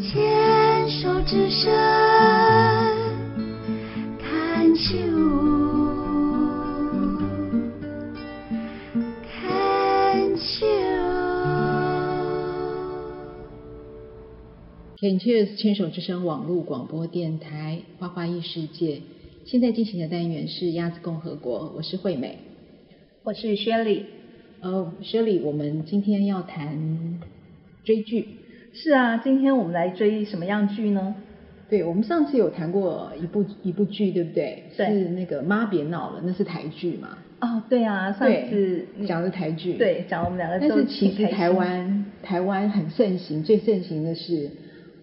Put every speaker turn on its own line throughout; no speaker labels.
牵手之声，看秋。看秋。
Can Cheers 牵手之声网络广播电台《花花异世界》，现在进行的单元是鸭子共和国，我是惠美。
我是 Shelly。
呃、s h i r l e y 我们今天要谈追剧。
是啊，今天我们来追什么样剧呢？
对，我们上次有谈过一部一部剧，对不对？
对
是那个《妈别闹了》，那是台剧嘛？
哦，对啊，上次
对讲的台剧。。
对讲我们两个
但
都
是其
挺
实
开心
台湾台湾很盛行，最盛行的是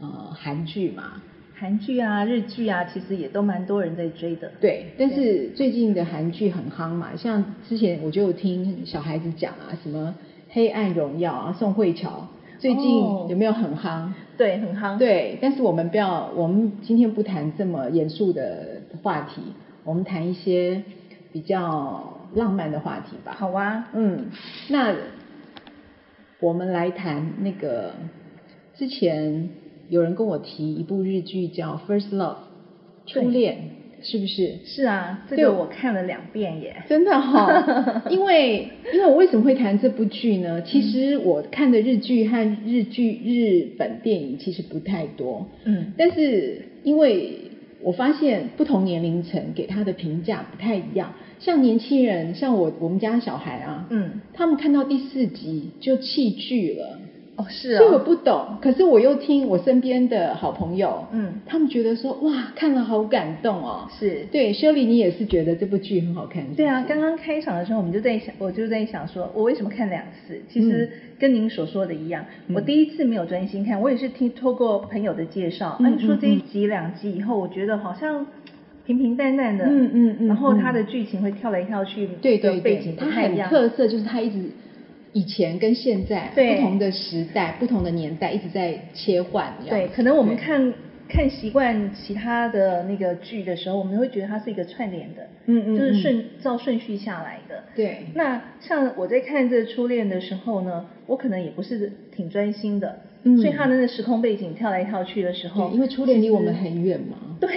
呃韩剧嘛。
韩剧啊、日剧啊，其实也都蛮多人在追的。
对，但是最近的韩剧很夯嘛，像之前我就有听小孩子讲啊，什么《黑暗荣耀》啊，宋慧乔，最近
哦
有没有很夯？
对，很夯。
对，但是我们不要，我们今天不谈这么严肃的话题，我们谈一些比较浪漫的话题吧。
好啊，
嗯，那我们来谈那个之前有人跟我提一部日剧叫《First Love》，初
对
恋，是不是？
是啊，这
对
个我看了两遍耶。
真的 哈、因为因为我为什么会谈这部剧呢？其实我看的日剧和日剧日本电影其实不太多，
嗯，
但是因为我发现不同年龄层给他的评价不太一样，像年轻人，像我我们家小孩啊，
嗯，
他们看到第四集就弃剧了，
哦，是
所以我
哦，
不懂，可是我又听我身边的好朋友，
嗯，
他们觉得说哇看了好感动哦。
是。
对，修理你也是觉得这部剧很好看。是不是
对啊，刚刚开场的时候，我们就在想，我就在想说，我为什么看两次？其实跟您所说的一样，
嗯
我第一次没有专心看，我也是听透过朋友的介绍，
嗯
啊，你说
嗯
这一集两集以后，我觉得好像平平淡淡的，
嗯嗯嗯
然后它
嗯
的剧情会跳来跳去，
对对
背
对
景，不
它
太一
很
样，
特色，就是它一直以前跟现在
对
不同的时代、不同的年代一直在切换。这样
对，
子
可能我们
对
看看习惯其他的那个剧的时候，我们会觉得它是一个串联的，
嗯嗯
就是
嗯
顺照顺序下来的，
对
那像我在看这个初恋的时候呢，我可能也不是挺专心的，
嗯
所以他的那个时空背景跳来跳去的时候，
对，因为初恋离我们
其实
很远嘛。
对，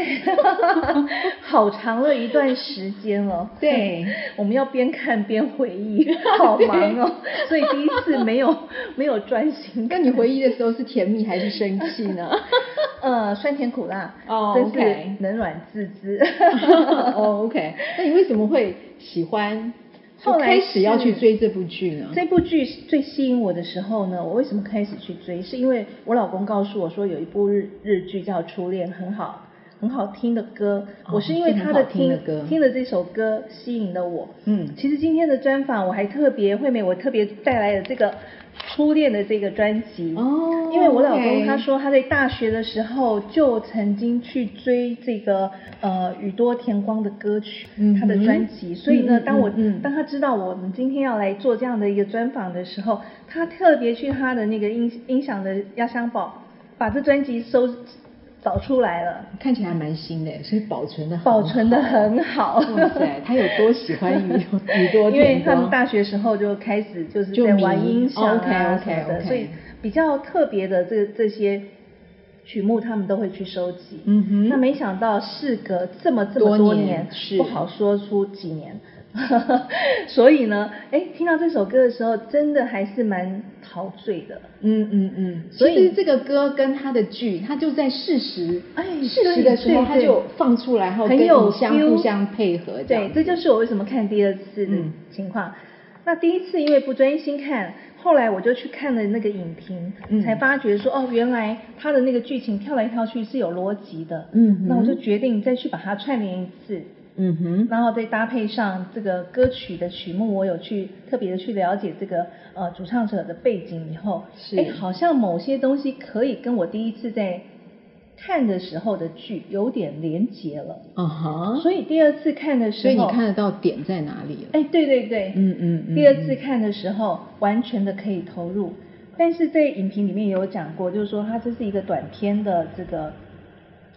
好长的一段时间了。
对，
我们要边看边回忆， 好忙哦，所以第一次没有没有专心。
那你回忆的时候是甜蜜还是生气 呢？
呃酸甜苦辣，
哦
真是
OK
冷暖自知。
哦、o k 那你为什么会喜欢？
后来
开始要去
是
追这部剧呢？
这部剧最吸引我的时候呢，我为什么开始去追？是因为我老公告诉我说有一部日日剧叫《初恋》，很好，很好听的歌。
哦
我是因为他
是很好听的歌
听了这首歌吸引了我。
嗯
其实今天的专访我还特别惠美，我特别带来了这个《初恋》的这个专辑。
哦
因为我老公
OK
他说他在大学的时候就曾经去追这个呃宇多田光的歌曲，
嗯哼
他的专辑，所以呢，
嗯嗯
当我、
嗯嗯
当他知道我们今天要来做这样的一个专访的时候，他特别去他的那个音音响的压箱宝，把这专辑收找出来了，
看起来还蛮新的，所以保存的
保存的很好。
哇塞，他有多喜欢宇多宇多
因为
田
他们
光？
大学时候就开始就是
就
在
迷
玩音响啊
OK，OK，
什么的
OK
所以比较特别的这这些曲目他们都会去收集。
嗯哼
那没想到事隔这么这
多
么多
年
年，
是
不好说出几年， 所以呢，哎，听到这首歌的时候，真的还是蛮陶醉的。
嗯嗯嗯，
所
其
以
实这个歌跟他的剧，他就在事实，
哎
事实的时候
对对
他就放出来，然后
很
跟
有
影像
feel
互相配合，这
对
样，
这就是我为什么看第二次的
嗯
情况。那第一次因为不专心看，后来我就去看了那个影评，
嗯
才发觉说哦，原来它的那个剧情跳来跳去是有逻辑的。
嗯哼
那我就决定再去把它串联一次，
嗯哼，
然后再搭配上这个歌曲的曲目，我有去特别的去了解这个呃主唱者的背景以后，
是
哎，好像某些东西可以跟我第一次在看的时候的剧有点连结了。
啊哈，
所以第二次看的时
所以
候，
你看得到点在哪里了？
哎，对对对，
嗯嗯嗯
第二次看的时候，完全的可以投入。但是在影评里面也有讲过，就是说它这是一个短片的这个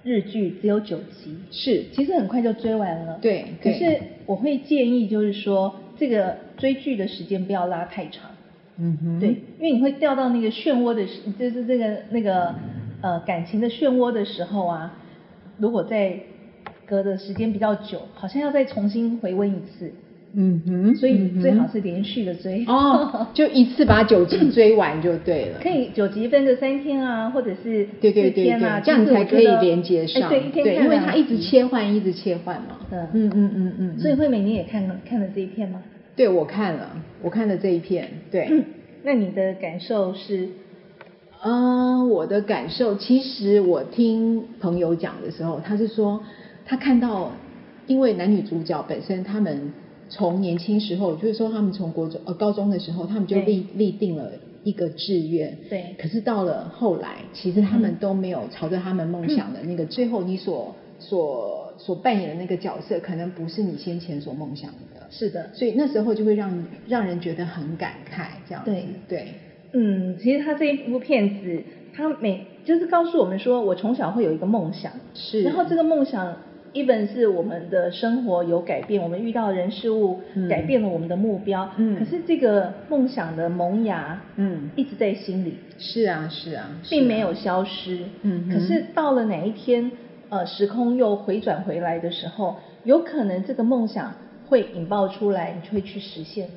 日剧只有九集，
是，
其实很快就追完了。
对
可
对
是我会建议，就是说这个追剧的时间不要拉太长，
嗯哼，
对，因为你会掉到那个漩涡的时，就是这个那个呃感情的漩涡的时候啊，如果在隔的时间比较久，好像要再重新回温一次，
嗯哼，
所以
嗯哼
最好是 连续的追。
哦，就一次把九集追完就对了。
可以九集分个三天啊，或者是
对对
四
对
天啊
对，，这样
其实
才
我
可
觉
以
得
连接
哎
上，
对，一天看
因为
两
它一直
集
切换，一直切换嘛。
嗯
嗯嗯嗯嗯，
所以慧美你也看了看了这一片吗？
对我看了，我看了这一片，对，
嗯，那你的感受是？
嗯，我的感受，其实我听朋友讲的时候，他是说他看到，因为男女主角本身他们从年轻时候，就是说他们从国中呃高中的时候，他们就
对
立立定了一个志愿，
对
可是到了后来，其实他们
嗯
都没有朝着他们梦想的那个，最后你所所所扮演的那个角色，可能不是你先前所梦想的，
是的，
所以那时候就会让让人觉得很感慨，这样子，
对
对
嗯，其实他这一部片子，他每就是告诉我们说，我从小会有一个梦想，
是，
然后这个梦想，even 是我们的生活有改变，我们遇到的人事物
嗯
改变了我们的目标，
嗯
可是这个梦想的萌芽
嗯。
一直在心里，
是啊，是啊，是
并
啊
没有消失。
嗯哼
可是到了哪一天，呃，时空又回转回来的时候，有可能这个梦想会引爆出来，你就会去实现的。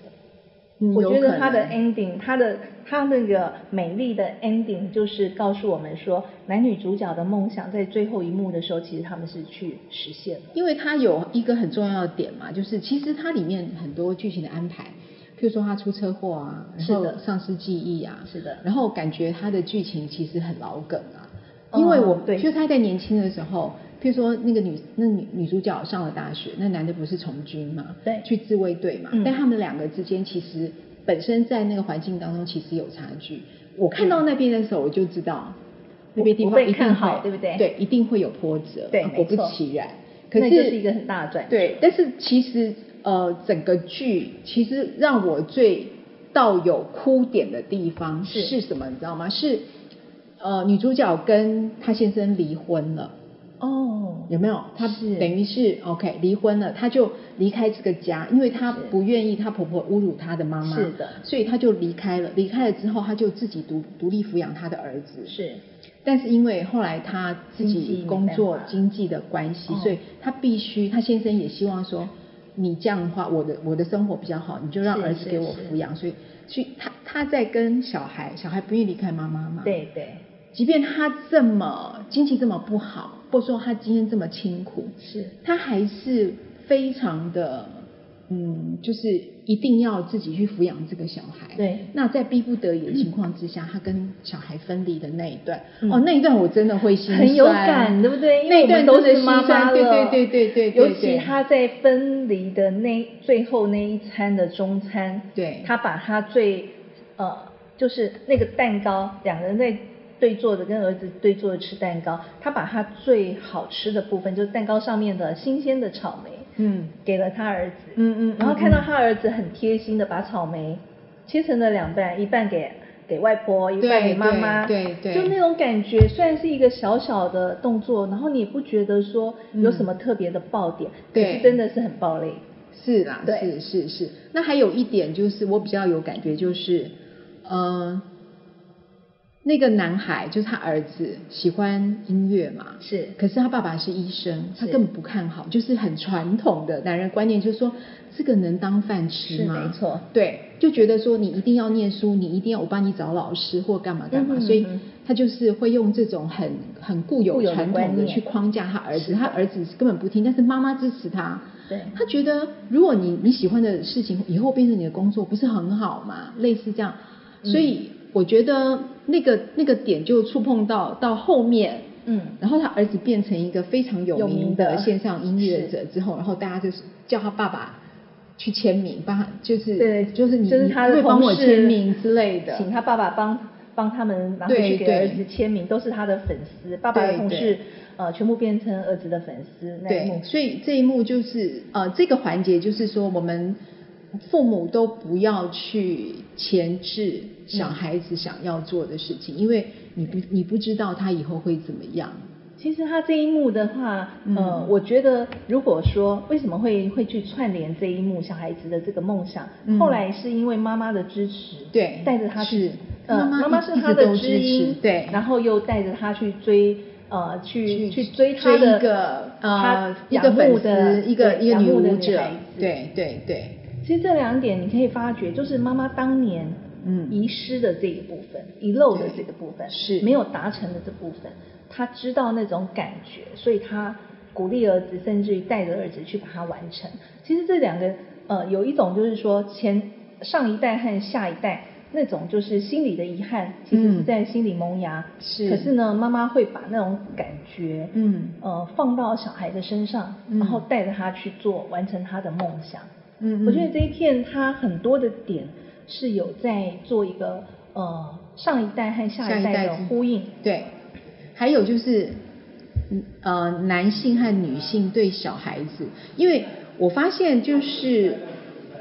嗯
我
有
觉
可
得它的
能
ending，它的它那个美丽的 ending，就是告诉我们说，男女主角的梦想在最后一幕的时候，其实他们是去实现了。
因为它有一个很重要的点嘛，就是其实它里面很多剧情的安排，譬如说他出车祸啊，然
是
后
的
丧失记忆啊，
是的
然后感觉它的剧情其实很老梗啊，
哦
因为我、
对
就他在年轻的时候，譬如说那个女那女女主角上了大学，那男的不是从军嘛，
对
去自卫队嘛，
嗯
但他们两个之间其实本身在那个环境当中其实有差距，我看到那边的时候我就知道。那边地
我
方
被
一定
看好
会
对不对
对，一定会有波折。
对
啊
没
果不
错
其然。可
那
是
就是一个很大的转折
对，但是其实呃，整个剧其实让我最到有哭点的地方
是
什么？你知道吗？是呃，女主角跟她先生离婚了。
哦
有没有？她
是
等于是 OK 离婚了，她就离开这个家，因为她
是
不愿意她婆婆侮辱她的妈妈，
是的
所以她就离开了。离开了之后，她就自己独独立抚养她的儿子。
是
但是因为后来他自
经济
己
没
工作
办法
经济的关系，
哦
所以他必须，他先生也希望说，你这样的话，我的我的生活比较好，你就让
是
儿子
是
给我
是
抚养，所以所以他他在跟小孩，小孩不愿意离开妈妈嘛，，
对对
即便他这么经济这么不好，或者说他今天这么清苦，
是
他还是非常的，嗯，就是一定要自己去抚养这个小孩。
对
那在逼不得已的情况之下，他跟小孩分离的那一段，
嗯
哦，那一段我真的会心酸，
很有感，对不对？因
那
为
一
我
段
们都
真的
是妈
心酸
妈
对
了
对对对对对
尤其
对
她在分离的那最后那一餐的中餐，
对
她把她最呃就是那个蛋糕，两个人在对坐着跟儿子对坐着吃蛋糕，她把她最好吃的部分，就是蛋糕上面的新鲜的草莓，
嗯
给了她儿子，
嗯嗯嗯
然后看到
嗯
她儿子很贴心的把草莓切成了两半，一半给。给外婆，一半
对
给妈妈，
对对对
就那种。那种感觉虽然是一个小小的动作，然后你也不觉得说有什么特别的爆点，可
嗯对
是真的是很爆泪。
是啦，
对
是是是。那还有一点就是，我比较有感觉就是，呃，那个男孩就是他儿子喜欢音乐嘛，
是
可是他爸爸是医生，他
是
根本不看好，就是很传统的男人观念，就是说这个能当饭吃
是
吗？
没错
对，就觉得说你一定要念书，你一定要我帮你找老师或干嘛干嘛，
嗯哼
所以
嗯哼
他就是会用这种很很固有
固有的
传
观
统的
念
去框架他儿
是
子，
的
他儿子根本不听，但是妈妈支持他。
对
他觉得如果你你喜欢的事情以后变成你的工作，不是很好吗？类似这样，
嗯
所以我觉得那个那个点就触碰到到后面，
嗯
然后他儿子变成一个非常有
有名
名的
的
线上音乐者
是
之后，然后大家就是叫他爸爸。去签名，帮他就是
对，
就是你
就是
你
他的
会帮我
同事
签名之类的，
请他爸爸帮帮他们拿回
对
去给
对
儿子签名，都是他的粉丝，爸爸的
对
同
对
事呃全部变成儿子的粉丝那一幕
对，。所以这一幕就是呃，这个环节就是说，我们父母都不要去前置
嗯
小孩子想要做的事情，因为你不你不知道他以后会怎么样。
其实他这一幕的话，呃，
嗯
我觉得如果说为什么会会去串联这一幕小孩子的这个梦想，
嗯
后来是因为妈妈的支持，
对
带着他去
是，
呃，
妈妈
妈妈
一
是
一
他
直
的
都
知
支持
音，
对
然后又带着他去追。呃，去
去
追他
追
的
一个
他
呃一个
仰
粉
慕的
丝，一个
对
一个
仰
女
慕的
舞
女
者
孩子，
对对对，
其实这两点你可以发觉，就是妈妈当年
嗯
遗失的这个部分，遗漏的这个部分
是
没有达成的这部分，她知道那种感觉，所以她鼓励儿子，甚至于带着儿子去把它完成。其实这两个呃，有一种就是说前上一代和下一代。那种就是心里的遗憾，其实是
嗯
在心里萌芽。
是
可是呢，妈妈会把那种感觉，
嗯
呃，放到小孩的身上，
嗯
然后带着他去做，完成他的梦想。
嗯
我觉得这一片它很多的点是有在做一个呃上一代和下
下
一
一
代
代
的
之
呼应。
对，还有就是，嗯呃，男性和女性对小孩子，因为我发现就是，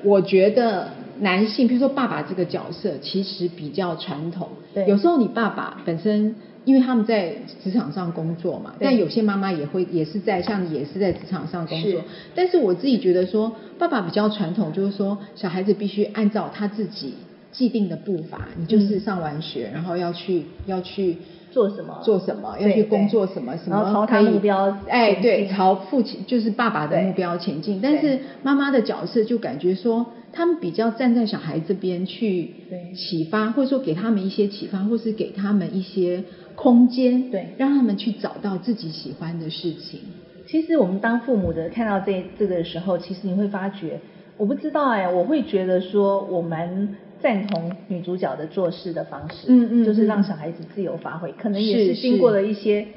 我觉得男性，比如说爸爸这个角色，其实比较传统。
对
有时候你爸爸本身。因为他们在职场上工作嘛，
对
但有些妈妈也会也是在像你也是在职场上工
是
作，但是我自己觉得说，爸爸比较传统，就是说小孩子必须按照他自己既定的步伐，你就是
嗯
上完学，然后要去要去
做什么
做什么，要
对
去
对
工作什么，什
然后
么
朝他
可以
目标
哎，
前
对，
进
朝父亲就是爸爸的
对
目标前进。但是
对
妈妈的角色就感觉说，他们比较站在小孩这边去
对
启发，或者说给他们一些启发，或是给他们一些空间，
对
让他们去找到自己喜欢的事情。
其实我们当父母的看到这这个时候，其实你会发觉，我不知道哎、我会觉得说我蛮赞同女主角的做事的方式，
嗯嗯
就是
嗯
让小孩子自由发挥，可能
是
也是经
是
过了一些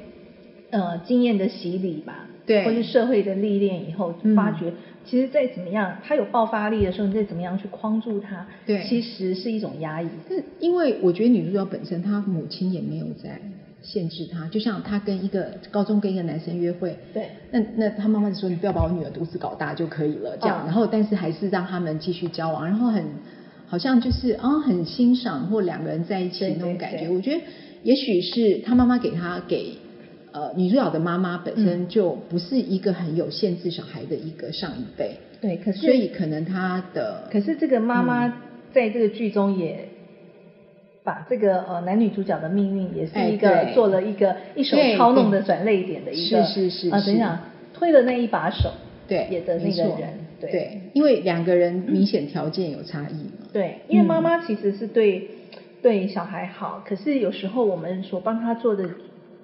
呃经验的洗礼吧，
对
或是社会的历练以后，
嗯
发觉、其实再怎么样，他有爆发力的时候，你再怎么样去框住他，
对
其实是一种压抑，
但因为我觉得女主角本身她母亲也没有在限制她，就像她跟一个高中跟一个男生约会，
对
那那她妈妈就说你不要把我女儿独自搞大就可以了，这样，
嗯
然后但是还是让他们继续交往，然后很好像就是啊、很欣赏或两个人在一起
对
那种
对
感
对
觉，我觉得也许是她妈妈给她给。呃，女主角的妈妈本身
嗯
就不是一个很有限制小孩的一个上一辈，
对，可是
所以可能她的
可是这个妈
嗯
妈在这个剧中也把这个呃男女主角的命运也是
哎
一个
对
做了一个一手
对
操弄
对
的转泪点的一个
是是是
啊，等一
是
下推了那一把手，
对，
也的那
没
个
错
人，对
因为两个人明显条件有差异嘛。
对，因为
嗯
妈妈其实是对、对小孩好，可是有时候我们所帮他做的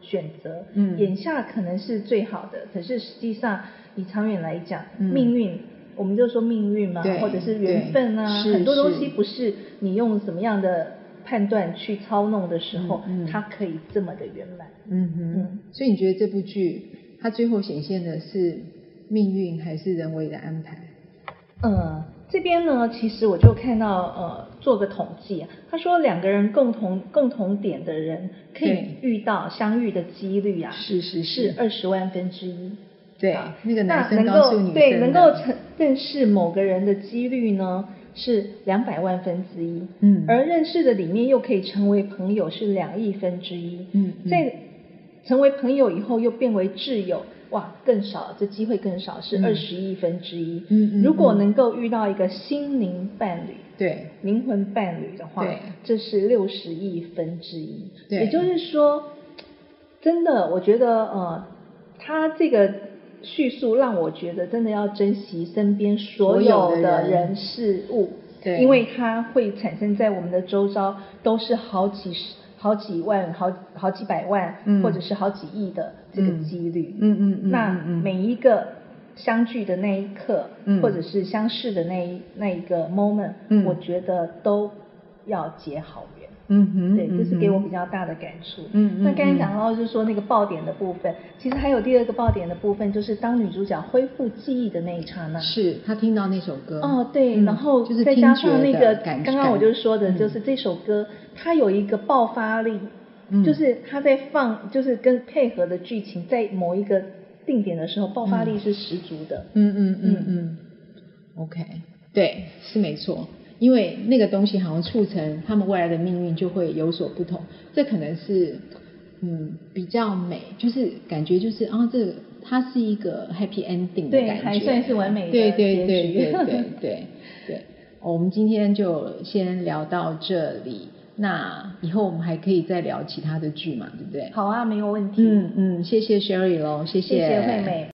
选择，
嗯
眼下可能是最好的，可是实际上以长远来讲，
嗯
命运。我们就说命运嘛
对，
或者是缘分啊，
对是
很多东西
是
不是你用什么样的判断去操弄的时候，
嗯嗯
它可以这么的圆满。
嗯哼
嗯
所以你觉得这部剧它最后显现的是命运还是人为的安排？
呃，这边呢，其实我就看到呃，做个统计、啊，他说两个人共同共同点的人可以
对
遇到相遇的几率啊，
是是
是二十万分之一。
对
啊
那个男
那
生
能
告诉
够
女生啊
对
的
能够成认识某个人的几率呢是两百万分之一，
嗯
而认识的里面又可以成为朋友是两亿分之一，
嗯嗯
在成为朋友以后又变为挚友，哇，更少，这机会更少，是
嗯
二十亿分之一，
嗯嗯
如果
嗯
能够遇到一个心灵伴侣，
对，
灵魂伴侣的话
对，
这是六十亿分之一。
对
也就是说，真的，我觉得呃，他这个叙述让我觉得真的要珍惜身边所
所有的
的
人
人事物，
对
因为它会产生在我们的周遭，都是好几十、好几万、好好几百万，
嗯
或者是好几亿的这个
嗯
几率。
嗯嗯嗯
那
嗯嗯
每一个相聚的那一刻，
嗯
或者是相识的那一那一个 moment，、
嗯
我觉得都要结好缘。
嗯哼，
对，这是给我比
较
较大的感触。
嗯嗯
那刚才讲到就是说那个爆点的部分，其实还有第二个爆点的部分，就是当女主角恢复记忆的那一刹那。
是他听到那首歌
哦，对，
嗯
然后
就是
再
听
加
觉
上那
的
个
感，
刚刚我就说的，
嗯
就是这首歌它有一个爆发力，
嗯
就是它在放，就是跟配合的剧情在某一个定点的时候，爆发力是十足的。
嗯嗯嗯
嗯
嗯，OK，对，是没错，因为那个东西好像促成他们未来的命运就会有所不同，这可能是嗯比较美，就是感觉就是啊，这个它是一个 happy ending 的
对
感觉，
还算是完美的
对对
结
对
局
对对对对对。哦我们今天就先聊到这里，那以后我们还可以再聊其他的剧嘛，对不对？
好啊，没有问题。
嗯嗯，谢谢 Sherry 喽，谢
谢谢惠美。